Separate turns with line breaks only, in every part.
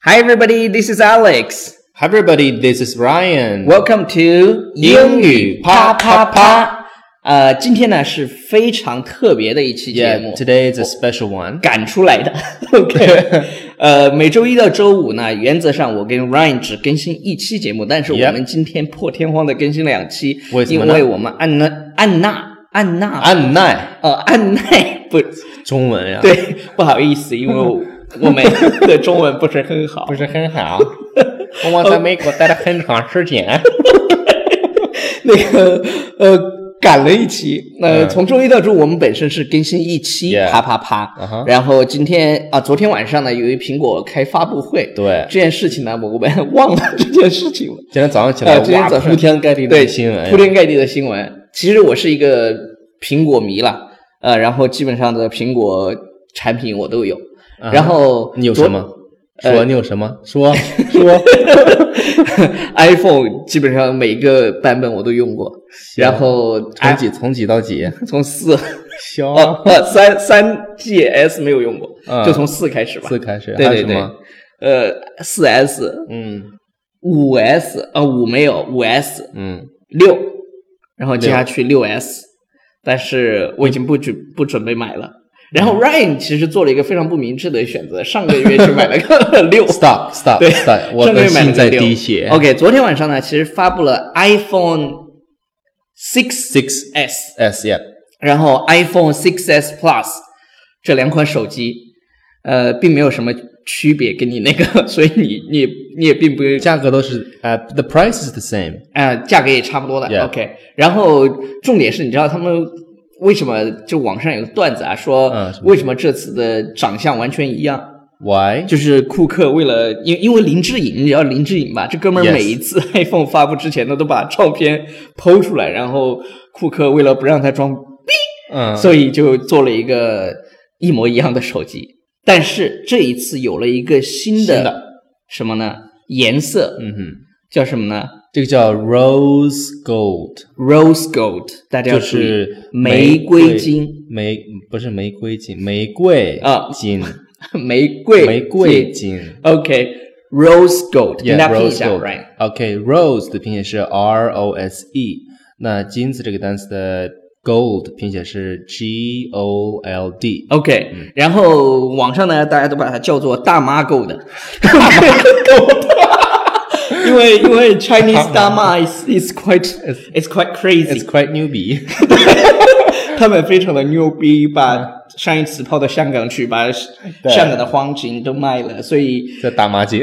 Hi, everybody. This is Alex.
Hi, everybody. This is Ryan.
Welcome to
英语啪啪啪。
呃，今天呢是非常特别的一期节
yeah,
目，
today is a special one.
赶出来的。OK，呃， 每周一到周五呢，原则上我跟 Ryan 只更新一期节目，但是我
Yep
们今天破天荒的更新两期，
为什
因
么呢
为我们按娜按娜按娜
按耐
呃按耐不
中文呀、，
对，不好意思，因为我我们的中文不是很好
不。是 很好。我在美国待了很长时间。
那个呃赶了一期，呃，
嗯
从周一到周五我们本身是更新一期，
Yeah
啪啪啪。
嗯哼
然后今天啊，昨天晚上呢，由于苹果开发布会，
对
这件事情呢，我我们 忘了这件事情了。
今天早上起来，
呃，今天
哇
早上
铺天盖地
对
的新闻呀，
铺天盖地的新闻。其实我是一个苹果迷了，呃，然后基本上的苹果产品我都有。
啊
然后
你有
昨呃
什么？说你有什么？说说。
iPhone 基本上每个版本我都用过， 然后哎
从几从几到几？
从四
肖
哦，呃，三三 GS 没有用过，
嗯
就从四开始吧。
四开始，
对
还
对
有什
对
么？，
呃，四 S、
嗯
五 S 呃五没有，五 S
嗯，
六，然后接下去六 S，但是我已经不准不准备买了。然
嗯
后 Ryan 其实做了一个非常不明智的选择，上个月去买了 个六
Stop stop
对
stop！我
上个
的
月买了
心
个
在
六
滴血。
OK，昨天晚上呢，其实发布了 iPhone Six
Six
S，
S yeah，
然后 iPhone 6s Plus 这两款手机，呃，并没有什么区别，跟你那个， 所以你你也你也并不会
价格都是呃，the price is the same。
呃，价格也差不多的。
Yeah.
OK，然后重点是，你知道他们为什么就网上有个段子啊，说
嗯什么
为什么这次的长相完全一样？
Why？
就是库克为了因因为林志颖，你知道林志颖吧？这哥们儿
Yes
每一次 iPhone 发布之前呢，都把照片剖出来，然后库克为了不让他装
嗯，
所以就做了一个一模一样的手机。但是这一次有了一个新的
新的
什么呢？颜色、
嗯哼。
叫什么呢
这个叫 rose gold，
？Rose gold，大家要
就
注意
是
玫瑰
瑰
金，
玫不是玫瑰金，玫瑰
啊
金，
玫瑰
玫瑰金。
OK，Rose gold，跟
Yeah,
大家拼一
rose
下
gold.
，right？
OK，rose、的拼写是 R O S E，那金子这个单词的 gold 拼写是 G O L D。
OK，、然
嗯
后网上呢，大家都把它叫做大妈 gold，因为因为 Chinese 大妈 is is quite is quite crazy，
It's quite newbie 。
他们非常的牛逼，把上一次抛到香港去，把香港的黄金都卖了，所以
在打麻将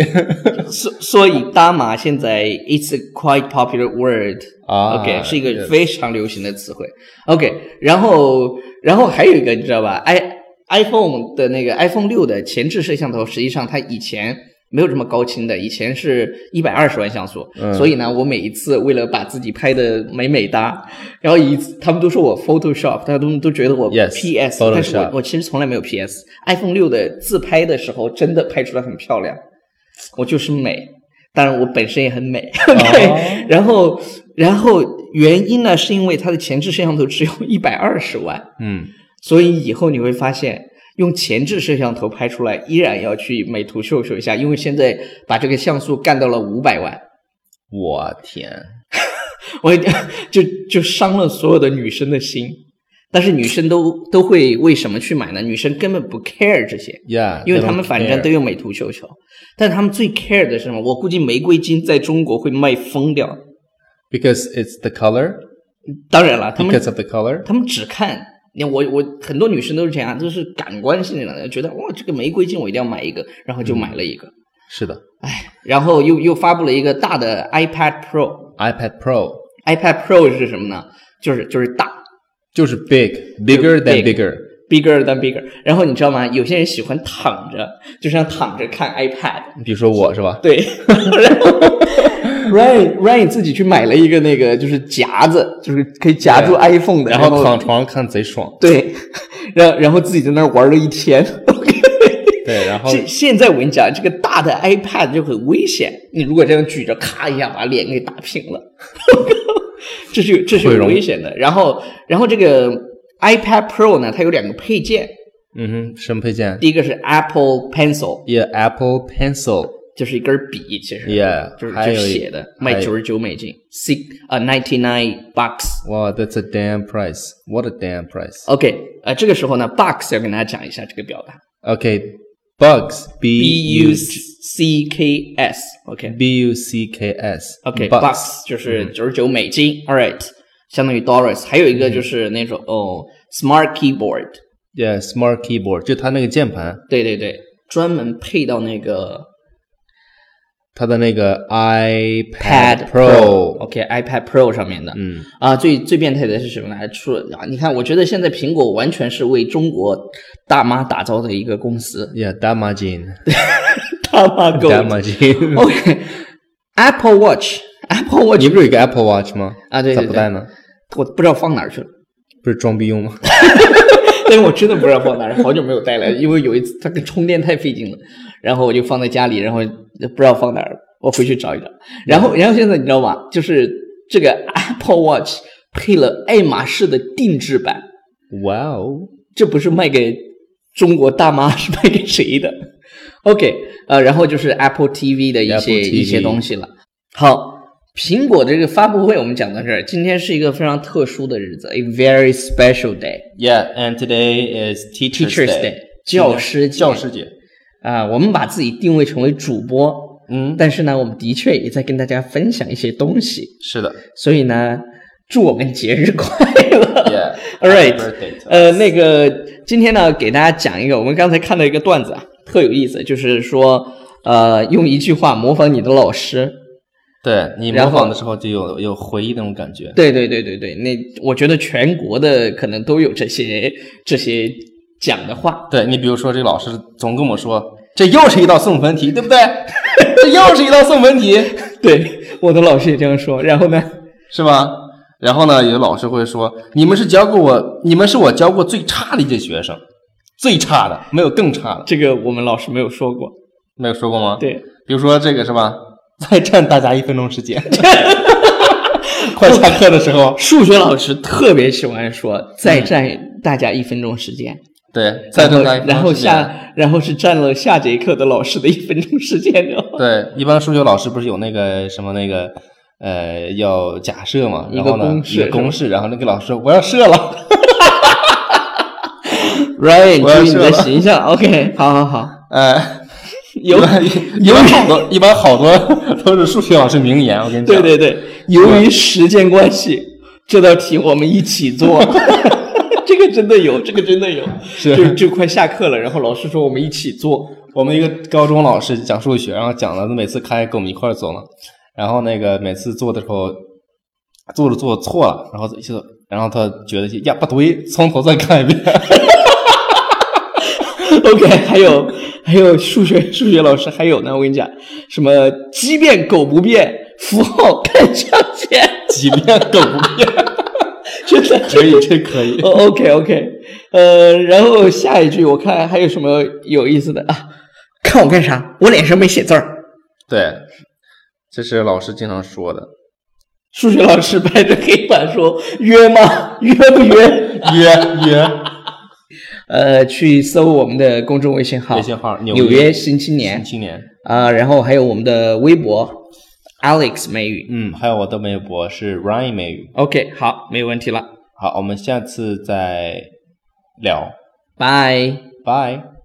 所所以大麻现在 it's a quite popular word
啊
OK，是一个
对
非常流行的词汇。OK，然后然后还有一个你知道吧？i iPhone 的那个 iPhone 六的前置摄像头，实际上它以前。没有这么高清的，以前是一百二十万像素，
嗯
所以呢，我每一次为了把自己拍的美美哒，然后一次他们都说我 Photoshop，大家都都觉得我
Yes，
PS，、但是我
Photoshop
我其实从来没有 PS。iPhone 六的自拍的时候，真的拍出来很漂亮，我就是美，当然我本身也很美。
哦
对，然后然后原因呢，是因为它的前置摄像头只有 一百二十万，
嗯，
所以以后你会发现。用前置摄像头拍出来，依然要去美图秀秀一下，因为现在把这个像素干到了五百万，
我天，
我就就伤了所有的女生的心。但是女生都都会为什么去买呢？女生根本不 care 这些，
呀、yeah,，
因为他们反正都用美图秀秀，但他们最 care 的是什么？我估计玫瑰金在中国会卖疯掉。
because it's the color
当然了，他们
because of the color。
他们只看，你看我我很多女生都是这样，啊都是感官性的，觉得哇这个玫瑰金我一定要买一个，然后就买了一个，
是的
然后又又发布了一个大的 iPad Pro。
，iPad Pro
iPad Pro 是什么呢？就是就是大
就是 big bigger than
big
bigger。
，bigger than bigger。然后你知道吗？有些人喜欢躺着，就像躺着看 iPad。
比如说我是吧？
对， 然后 Ryan Ryan 自己去买了一个那个就是夹子，就是可以夹住 iPhone 的，
然
然
后躺床上看贼爽。
对，然后然后自己在那儿玩了一天。
对， 然后
现现在我跟你讲，这个大的 iPad 就很危险，你如果这样举着，咔一下把脸给打平了， 这是有这是
毁
有
容
危险的。然后然后这个 iPad Pro 呢，它有两个配件，
嗯哼，什么配件
第一个是 Apple Pencil，
？Yeah, Apple Pencil
就是一根笔，其实
Yeah，
就是
还
就
有
是
一
写的，卖
还有
九十九美金，six 啊 ninety nine bucks。
Wow, that's a damn price. What a damn price.
OK，呃，这个时候呢，bucks 要跟大家讲一下这个表达
Okay, bugs. B
，b u
U
c k s。OK，
B U C K S.
OK
bugs.
bucks 就是
嗯
九十九美金、a l right，相当于 dollars。还有一个就是那种哦，smart keyboard，
Yeah, smart keyboard 就它那个键盘，
对对对，专门配到那个
它的那个
Pad
iPad Pro。
Pro，OK，iPad Pro 上面的。
嗯
啊，最最变态的是什么呢？还出了啊！你看，我觉得现在苹果完全是为中国大妈打造的一个公司，
，Yeah, damaging,
大妈狗。
damaging。
OK，Apple Watch，Apple
你
Watch，
不是有一个 Apple Watch 吗？
啊对对
咋不带呢？
我不知道放哪儿去了，
不是装逼用吗？
但是我真的不知道放哪儿，好久没有带来，因为有一次它跟充电太费劲了，然后我就放在家里，然后不知道放哪儿，我回去找一找。然
嗯
后，然后现在你知道吗？就是这个 Apple Watch 配了爱马仕的定制版。
哇哦！
这不是卖给中国大妈，是卖给谁的？OK，呃，然后就是 Apple TV 的一
Apple
些
TV
一些东西了。好，苹果的这个发布会我们讲到这儿，今天是一个非常特殊的日子，a very special day，Teachers
Yeah, and today is Teachers
Day，教师节
教师节。
啊、我们把自己定位成为主播，
嗯，
但是呢，我们的确也在跟大家分享一些东西，
是的。
所以呢，祝我们节日快乐。
Yeah.
All right.
happy birthday to us.
呃，那个今天呢，给大家讲一个，我们刚才看到一个段子啊，特有意思，就是说，呃，用一句话模仿你的老师。
对你
然
模
后
仿的时候就有有回忆那种感觉。
对对对对对，那我觉得全国的可能都有这些这些讲的话。
对你比如说，这个老师总跟我说，这又是一道送分题，对 不对？这又是一道送分题，
对，我的老师也这样说。然后呢，
是吧？然后呢，有老师会说，你们是教过我，你们是我教过最差的一届学生，最差的，没有更差的，
这个我们老师没有说过。
没有说过吗？，
对，
比如说这个是吧？再占大家一分钟时间， 快下课的时候，
数学老师特别喜欢说，再占大家一分钟时间。
对，再
然后
占大家一分钟时间。
然后下，然后是占了下节课的老师的一分钟时间，知道吗？
对，一般数学老师不是有那个什么那个呃，要假设嘛，
一
然
个
后呢
公
一个
式
公式，然后那个老师说我要设了，
Ryan，
我要
注意你的
射了
形象。OK，好好好，
呃，
由
一般一般好多一般好多都是数学老师名言，我跟你 讲，
对对对，由于时间关系，这道题我们一起做。 这个真的有，这个真的有，
是
就就快下课了，然后老师说我们一起做。
我们一个高中老师讲数学，然后讲了，每次开跟我们一块儿做嘛，然后那个每次做的时候，做着做着错了，然后就然后他觉得呀不对，从头再看一遍，
OK，还有还有数学数学老师还有呢，我跟你讲，什么鸡变狗不变，符号看相间，
几遍 狗不变，
真的
可以，这可以。
哦，OK OK，呃，然后下一句我看还有什么有意思的啊？看我干啥？我脸上没写字儿。
对，这是老师经常说的。
数学老师 拍着黑板说：“约吗？ 约不约
约约？”
呃，去搜我们的公众微信号，
微信号
纽
纽约
新青
新
年
青年，
啊、然后还有我们的微博 Alex 美语。
嗯，还有我的微博是 Ryan 美语。
OK，好，没有问题了，
好，我们下次再聊，
拜。
拜。